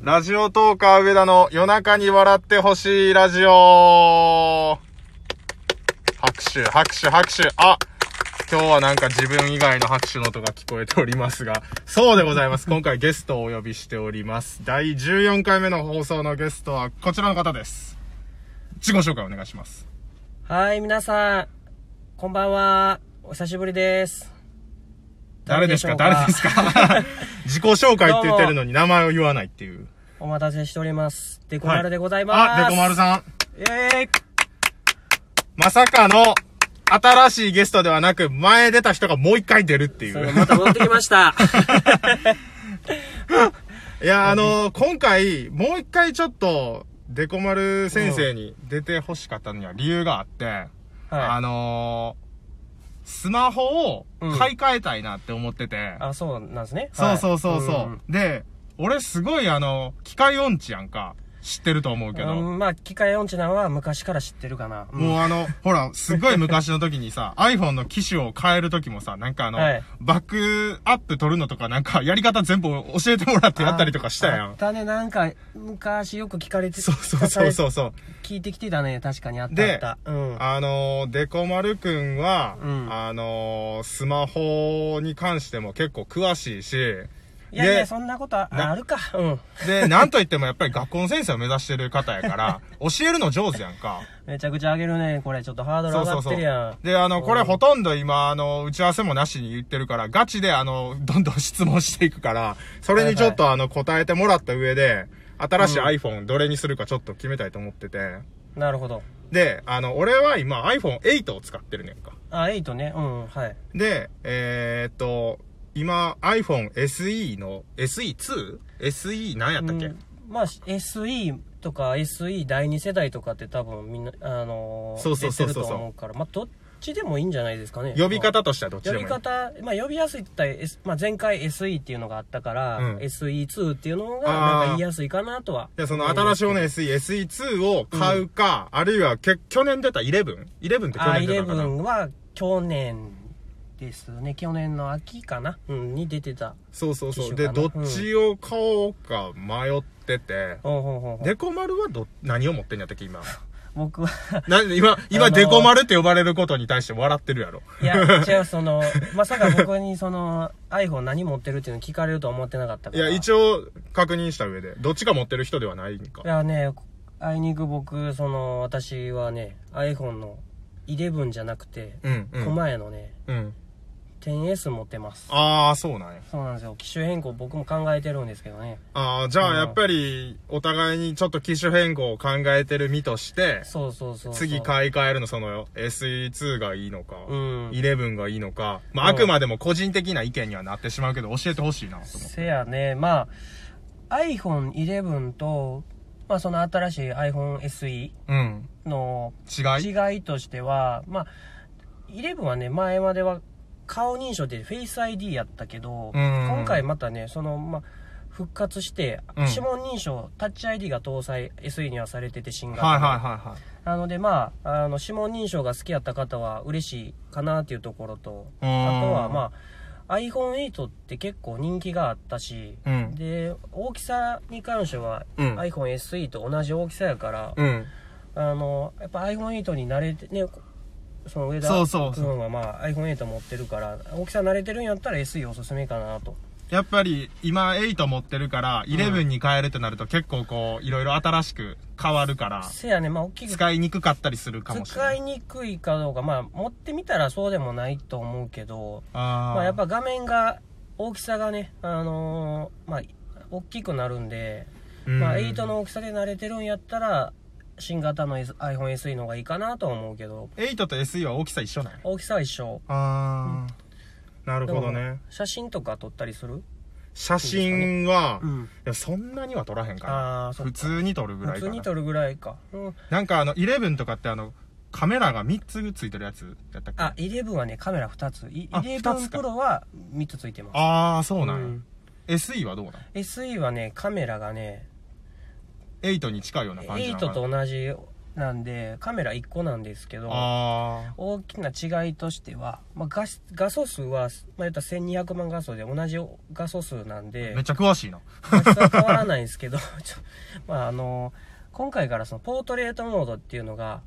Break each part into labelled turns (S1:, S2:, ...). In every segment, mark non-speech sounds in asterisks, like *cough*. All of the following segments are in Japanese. S1: ラジオトーカー上田の夜中に笑ってほしいラジオ拍手、拍手、拍手。あ今日はなんか自分以外の拍手の音が聞こえておりますが、そうでございます。今回ゲストをお呼びしております。第14回目の放送のゲストはこちらの方です。自己紹介お願いします。
S2: はい、皆さん、こんばんは。お久しぶりです。
S1: 誰ですか誰
S2: 誰
S1: で
S2: ですし
S1: か
S2: *laughs*
S1: 自己紹介って言ってるのに名前を言わないっていう。
S2: お待たせしております。デコ
S1: はい
S2: マルでございます。
S1: あ、デコマル
S2: ん。
S1: さん。
S2: イェーイ
S1: まさかの、新しいゲストではなく、前出た人がもう一回出るってい。
S2: そううまた戻ってきま
S1: *laughs*
S2: した。
S1: いや、あの今回、もう一回ちょっと、デコマル先生に出て欲しかったのには理由があって、あ
S2: は
S1: のースマホを買い替えたいなって思ってて
S2: い。、あ、そうなんですね。
S1: そうそうそうそう、
S2: はいん
S1: で、俺すごいあの、機械音痴やんか、知ってると思うけど、
S2: うん、まあ、機械音痴なのは昔から知ってるかな。うん
S1: もうあの、ほら、すごい昔の時にさ、iPhone の機種を変える時もさ、なんかあの、
S2: はい
S1: バックアップ取るのとかなんか、やり方全部教えてもらってやったりとかしたや
S2: あっ
S1: ん。
S2: たね、なんか、昔よく聞かれて、
S1: そうそうそうそうそう。
S2: 聞いてきてたね、確かにあったあ
S1: で
S2: った。うん。
S1: あのー、デコ丸くんは、
S2: うん
S1: あのー、スマホに関しても結構詳しいし、
S2: いやい
S1: で
S2: や、そんなことあ
S1: な
S2: あるか。うん。
S1: で、なんといってもやっぱり学校の先生を目指してる方やから、教えるの上手やんか。
S2: めちゃくちゃ上げるね、これ。ちょっとハードル上がってるやん。
S1: で、あの、これ
S2: うん
S1: ほとんど今、あの、打ち合わせもなしに言ってるから、ガチで、あの、どんどん質問していくから、それにちょっと、あの、答えてもらった上で、新しい
S2: うん
S1: iPhone どれにするかちょっと決めたいと思ってて。
S2: なるほど。
S1: で、あの、俺は今 iPhone8 を使ってるねんか。
S2: あ、8ね。うん、はい。
S1: で、えー、っと、今 iPhone SE の SE2? SE 何やったっけ、
S2: うんまあ、SE とか SE 第二世代とかって多分みんな、あのー、
S1: そうそうそうそう
S2: 出てると思うから、まあ、どっちでもいいんじゃないですかね。
S1: 呼び方としてはどっち
S2: 呼
S1: でもい
S2: び
S1: い。
S2: 方、まあ、呼びやすいって言ったら、S まあ、前回 SE っていうのがあったから、
S1: うん
S2: SE2 っていうのが、
S1: あー
S2: なんか言いやすいかなとは。
S1: で、その新しいの SE、SE2 を買うか、あるいはけ去年出た 11?11 って去
S2: あ、
S1: 年出たのかな
S2: 11は去年ですね。去年の秋かな、うん、に出てた。
S1: そうそうそう。
S2: 機
S1: で、
S2: 種か
S1: どっ
S2: な
S1: ちを買おうか迷ってて。
S2: ほうほうほうほう
S1: デコ丸はど、何を持ってんやったっけ、
S2: *laughs*
S1: 今。
S2: 僕は、
S1: な、今、今、
S2: あのー
S1: デコ丸って呼ばれることに対して笑ってるやろ。
S2: いや、違う、その、まさか僕にその、iPhone 何持ってるっていうの聞かれるとは思ってなかったか
S1: い
S2: ら。
S1: や、一応、確認した上で。どっちか持ってる人ではないんか
S2: い。やね、あいにく僕、その、私はね、iPhone の11じゃなくて、
S1: うん、う
S2: コ
S1: ん。
S2: マエのね、
S1: うん。
S2: 10S 持ってます。
S1: ああ、そうなんや。
S2: そうなんですよ。機種変更僕も考えてるんですけどね。
S1: ああ、じゃ
S2: う
S1: あ、
S2: ん
S1: やっぱり、お互いにちょっと機種変更を考えてる身として、
S2: そうそうそうそう。
S1: 次買い替えるの、その、SE2 がいいのか、
S2: うん。
S1: 11がいいのか、まあ、あ
S2: うん
S1: くまでも個人的な意見にはなってしまうけど、教えてほしいな、と思って。
S2: せやね、まあ、iPhone11 と、まあその新しい iPhone SE
S1: うん。
S2: の
S1: 違い
S2: 違いとしては、まあ、11はね、前までは顔認証で Face ID やったけど、
S1: うんうんうん
S2: 今回またね、その、まあ、復活して、
S1: うん
S2: 指紋認証、タッチ ID が搭載、SE にはされてて、新型の。
S1: はいはいはいはい。
S2: なので、まあ、あの、指紋認証が好きやった方は嬉しいかなっていうところと、
S1: うん
S2: あとは、まあ、iPhone8 って結構人気があったし、
S1: うん
S2: で、大きさに関しては、
S1: うん
S2: iPhone SE と同じ大きさやから、
S1: うん。
S2: あのやっぱ iPhone8 に慣れてねその上田
S1: そうそうそう
S2: 君はまあ iPhone8 持ってるから大きさ慣れてるんやったら SE おすすめかなと
S1: やっぱり今8持ってるから
S2: ん
S1: 11に変えるとなると結構こういろいろ新しく変わるから
S2: せやねまあ大きく
S1: 使いにくかったりするかもしれな
S2: 使
S1: い。
S2: いにくいかどうかまあ持ってみたらそうでもないと思うけど
S1: あー
S2: まあやっぱ画面が大きさがねあのーまあ大きくなるんで、まあ、
S1: うん
S2: 8の大きさで慣れてるんやったら新型の S- iPhone SE の方がいいかなとは思うけど
S1: 8と SE は大きさ一緒なんや
S2: 大きさは一緒
S1: あーなるほど
S2: で
S1: ね
S2: も写真とか撮ったりする
S1: 写真は、
S2: ん
S1: いやそんなには撮らへんか
S2: ああ
S1: ら
S2: そっ
S1: 普
S2: か
S1: 通に撮るぐら
S2: 普
S1: いか
S2: 通
S1: な
S2: に撮るぐらいか、うん、
S1: なんかあの11とかってあのカメラが3つついてるやつやったっけ
S2: あ11はねカメラ2つい
S1: あ2つ
S2: 11Pro
S1: か
S2: プロは3つついてます
S1: ああそうなんや、
S2: うん
S1: SE はどうなん
S2: SE はねカメラがね
S1: 8に近いような感じなのかな
S2: 8と同じなんでカメラ1個なんですけど
S1: あ
S2: 大きな違いとしては、まあ、画質画素数は、まあ、言ったら1200万画素で同じ画素数なん
S1: あ。
S2: で
S1: めっちゃ詳しいな。
S2: 画質は変わらないんですけど *laughs* ちょまああの今回からそのポートレートモードっていうのが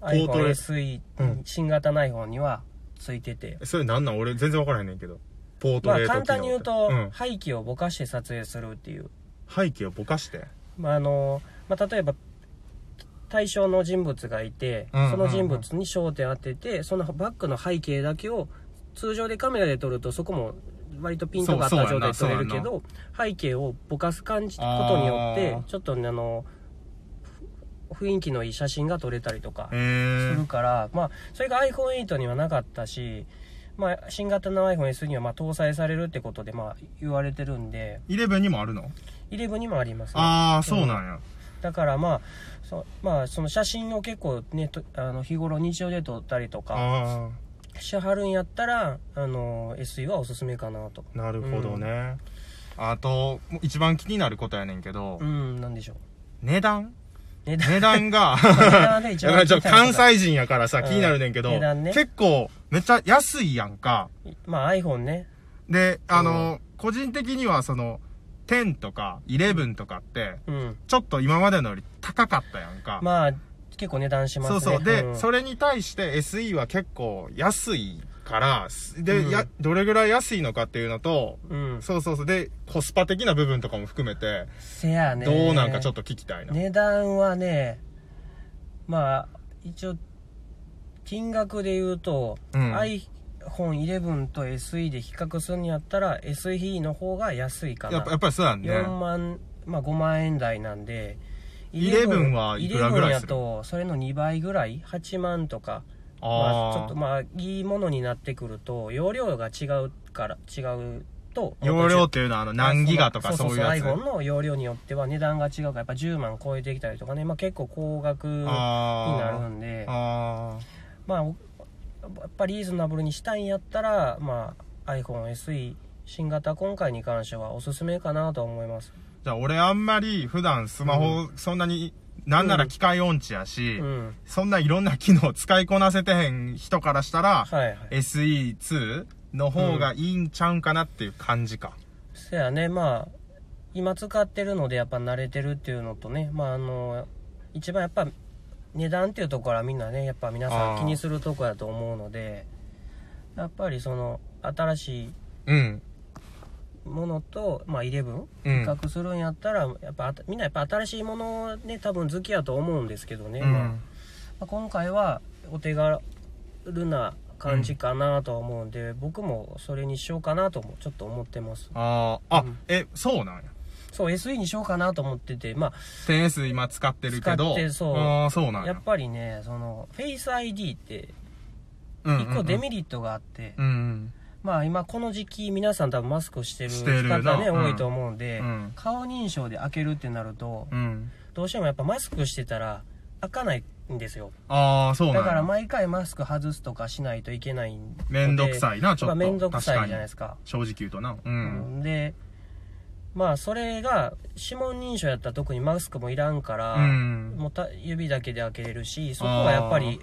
S1: ートレ
S2: iPhoneSE、
S1: うん
S2: 新型 iPhone にはついてて、
S1: それなんなん俺全然わからへんねんけど。ポート
S2: まあ、
S1: レート
S2: 簡単に言うと、
S1: ん、
S2: 背景をぼかして撮影するっていう
S1: 背景をぼかして。
S2: まああのまあ、例えば対象の人物がいて、
S1: うんうんうん
S2: その人物に焦点当ててそのバックの背景だけを通常でカメラで撮るとそこも割とピントがあっ
S1: そう
S2: た
S1: そうや
S2: 状
S1: んな
S2: 態で撮れるけ
S1: そう
S2: ど背景をぼかす感じことによって
S1: あー
S2: ちょっとねあのふ雰囲気のいい写真が撮れたりとか
S1: へ
S2: す
S1: え
S2: る。から、まあ、それが iPhone8 にはなかったし、まあ、新型の iPhoneS にはまあ搭載されるってことでまあ言われてるんで
S1: 11にもあるの
S2: 11にもありますね。
S1: ああ、そうなんや。
S2: だからまあそ,、まあ、その写真を結構ねとあの日頃日常で撮ったりとか
S1: あ
S2: しはるんやったらあの SE はおすすめかなと
S1: あ、なるほどね。あと、もう一番気になることやねんけど
S2: う、んなんでしょう
S1: 値段 *laughs*
S2: 値段
S1: 値段が、
S2: 値段 *laughs* で一
S1: だから
S2: 番
S1: *laughs* ちょ
S2: 小
S1: っと
S2: さい
S1: 関西
S2: のが
S1: 人やからさ、
S2: うん
S1: 気になるねんけど、
S2: 値段ね
S1: 結構めっちゃ安いやんか。
S2: まあ iPhone ね
S1: で、あの、個人的にはその、10とか11とかって、
S2: うん
S1: ちょっと今までのより高かったやんか。
S2: まあ結構値段します
S1: そ
S2: ね
S1: うそう。で、
S2: ん
S1: それに対して SE は結構安いから、すで、
S2: うん
S1: や、どれぐらい安いのかっていうのと、
S2: うん
S1: そうそうそう。で、コスパ的な部分とかも含めて、
S2: せやね
S1: どうなんかちょっと聞きたいな。
S2: 値段はねまあ一応金額で言うと、
S1: うん
S2: iPhone11 と SE で比較するんやったら SE の方が安いか
S1: やっ
S2: な
S1: ぱ、やっぱりそうやんね。
S2: 4万、まあ、5万円台なんで
S1: 11はいくらぐらいする
S2: 11やとそれの2倍ぐらい8万とかまあ、ちょっ
S1: あ
S2: と
S1: あ、
S2: まあいいものになってくると容量が違うから違うと
S1: 容量っていうのはあの、何ギガとかそういうやつ。
S2: iPhone の容量によっては値段が違うからやっぱ10万超えてきたりとかね、まあ、結構高額になる
S1: あ
S2: んで
S1: あ。ああ。
S2: まあおやっぱリーズナブルにしたいんやったら、まあ、iPhoneSE 新型今回に関してはおすすめかなと思います
S1: じゃあ俺あんまり普段スマホそんなに、なんなら機械音痴やし、
S2: うん
S1: そんないろんな機能使いこなせてへん人からしたら、
S2: はいはい
S1: SE2 の方がいいんちゃうんかなっていう感じか。
S2: そやねまあ今使ってるのでやっぱ慣れてるっていうのとねまああの一番やっぱ値段っていうところはみんなねやっぱ皆さ
S1: あ
S2: ん
S1: ー
S2: 気にするとこやと思うのでやっぱりその新しい
S1: うん。
S2: ものと、まあ、11
S1: う
S2: 比
S1: ん。
S2: 較するんやったら、やっぱあたみんなやっぱ新しいものね多分好きやと思うんですけどね、
S1: う
S2: まあま
S1: ん。
S2: あ今回はお手軽な感じかなと思うんで、僕もそれにしようかなともちょっと思ってます
S1: ああ、あ
S2: うん、
S1: え、そうなんや。
S2: そう SE にしようかなと思っててま
S1: 10S 今使ってるけ
S2: 使
S1: ど。
S2: ってそう
S1: ああ、そうな
S2: あ
S1: ん
S2: や
S1: や。
S2: っぱりねそのフェイス ID って
S1: うん
S2: 一個デメリットがあって、
S1: うんうん。
S2: まあ今この時期皆さん多分マスクしてる
S1: してるな
S2: 方ね
S1: うん
S2: 多いと思うんで、
S1: うん
S2: 顔認証で開けるってなると
S1: うん。うん。
S2: どうしてもやっぱマスクしてたら開かないんですよ
S1: ああ、そうなんや。
S2: だから毎回マスク外すとかしないといけないんで
S1: めんどくさいな、ちょっ
S2: まあ
S1: と。
S2: めんどくさいじゃないで
S1: 確
S2: すか
S1: かに正直言うとな。うん。
S2: でまあそれが指紋認証やったら特にマスクもいらんから、
S1: うん
S2: もうた指だけで開けれるしそこはやっぱり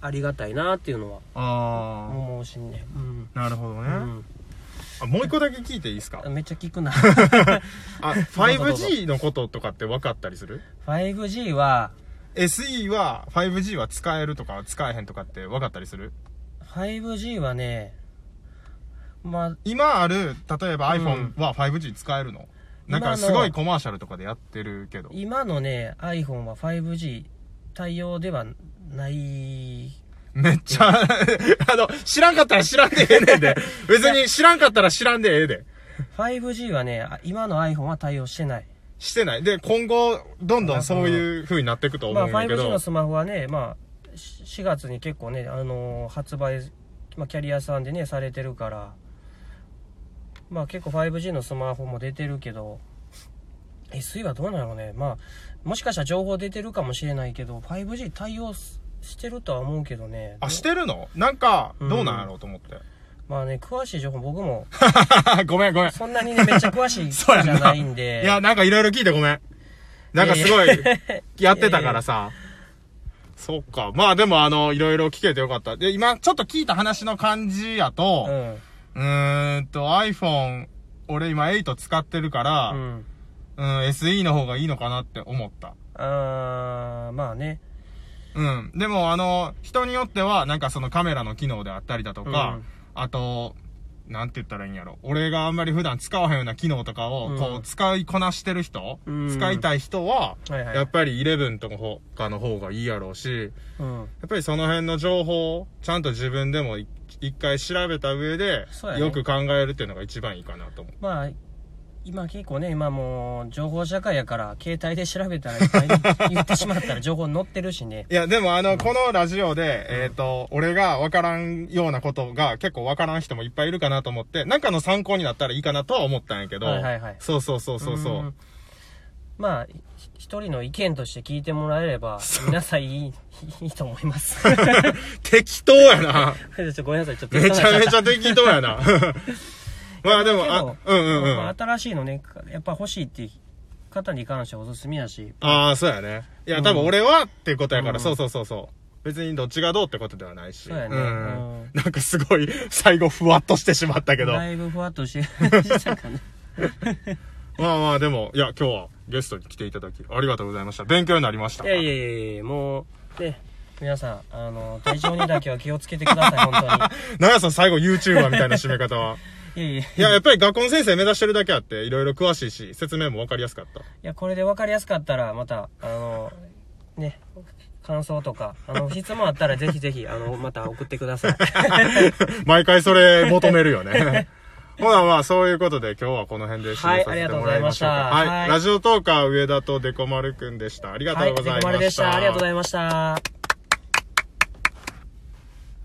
S2: ありがたいなっていうのは
S1: あ
S2: 思うしね、うん
S1: あ、なるほど
S2: う
S1: ね。
S2: ん
S1: あ、もう一個だけ聞いていいですか
S2: めっちゃ
S1: *laughs*
S2: 聞くな
S1: あ、5G のこととかって分かったりする
S2: 5G は
S1: SE は 5G は使えるとか使えへんとかって分かったりする
S2: 5G はねまあ
S1: 今ある例えば
S2: うん
S1: iPhone は 5G 使えるの、なん
S2: 今
S1: か
S2: の
S1: すごいコマーシャルとかでやってるけど
S2: 今のね iPhone は 5G 対応ではない
S1: めっちゃ *laughs* あの知らんかったら知らんでええねん
S2: *laughs*
S1: で別に知らんかったら知らんでええで
S2: 5G はねあ今の iPhone は対応してない
S1: してないで今後どんどんそういう風になっていくと思
S2: ま
S1: う
S2: あ、
S1: んだけ
S2: 5G
S1: ど、
S2: のスマホはね、まあ、し4月に結構ね、あのー発売、まあ、キャリアさんでねされてるから、まあ、結構 5G のスマホも出てるけど SE はどうなのね、まあ、もしかしたら情報出てるかもしれないけど 5G 対応すしてるとは思うけどね
S1: あしてるのなんかどうなんやろうと思って、 *laughs*
S2: まあね詳しい情報僕も
S1: ごめんごめん
S2: そんなにねめっちゃ詳し
S1: *laughs*
S2: い
S1: そう
S2: 方
S1: やん
S2: じ
S1: な
S2: ゃないんで
S1: いやなんかいろいろ聞いてごめんなんかすごいやってたからさそうか。まあでもあの、いろいろ聞けてよかった。で、今ちょっと聞いた話の感じや
S2: う
S1: と、
S2: ん。
S1: うーんと iPhone、俺今8使ってるから、
S2: う
S1: うん、
S2: ん。
S1: SE の方がいいのかなって思った。
S2: あー、まあね。
S1: うん。でもあの、人によってはなんかそのカメラの機能であったりだとか、
S2: うん
S1: あと、なんて言ったらいいんやろ。俺があんまり普段使わへんような機能とかを、
S2: うん
S1: こう、使いこなしてる人、
S2: うん
S1: 使いたい人は、
S2: はいはい。
S1: やっぱり11とかの方がいいやろうし、
S2: うん。
S1: やっぱりその辺の情報をちゃんと自分でもい一回調べた上で、
S2: そうやね
S1: よく考えるっていうのが一番いいかなと思う。
S2: まあ、今結構ね、今もう、情報社会やから、携帯で調べたらいっぱ
S1: *laughs*
S2: い言ってしまったら情報載ってるしね。
S1: いや、でもあの、このラジオで、えっ、と、俺が分からんようなことが結構分からん人もいっぱいいるかなと思って、なんかの参考になったらいいかなとは思ったんやけど、
S2: はいはいはい
S1: そうそうそうそうそう。
S2: んまあ、ひ一人の意見として聞いてもらえれば、皆さんいい、いいと思
S1: *laughs*
S2: います。 *laughs* ちょ
S1: 適当や
S2: *laughs*
S1: な。
S2: っとごめんなさい、ちょっと
S1: めちゃめち
S2: ゃ。
S1: ゃ適当や
S2: *laughs*
S1: な。まあでも、あ、うんうんう
S2: まあ
S1: ん。
S2: 新しいのね、やっぱ欲しいっていう方に関してはおすすめやし、
S1: ああ、そうやね。いや、多分俺はっていうことやから、そうそうそうそう。別にどっちがどうってことではないし。
S2: そうやね
S1: ん
S2: うん
S1: なんかすごい、最後ふわっとしてしまったけど。
S2: だいぶふわっとしてしたかな。
S1: まあまあでも、いや、今日はゲストに来ていただき、ありがとうございました。勉強になりました。
S2: *laughs* いやいやいやいや、もう、ね、皆さん、あの、体調にだけは気をつけてください、本当に。
S1: 長谷さん最後 YouTuber みたいな締め方
S2: *laughs*
S1: は。
S2: いやいや、い
S1: いや、やっぱり学校の先生目指してるだけあって、いろいろ詳しいし、説明もわかりやすかった。
S2: や、これで分かりやすかったら、また、あの、ね、感想とか、あの、質問あったら、ぜひぜひ、あの、また送ってください。
S1: *laughs* 毎回それ求めるよね。 *laughs* ほなまあ、そういうことで今日はこの辺で締めさせてもらいましょうか。
S2: はいあ
S1: は。
S2: りがとうございましたはいい
S1: ラジオトーカー上田とデコ丸くんでした。ありがとうございました。
S2: はい、でこまるでした。ありがとうございました。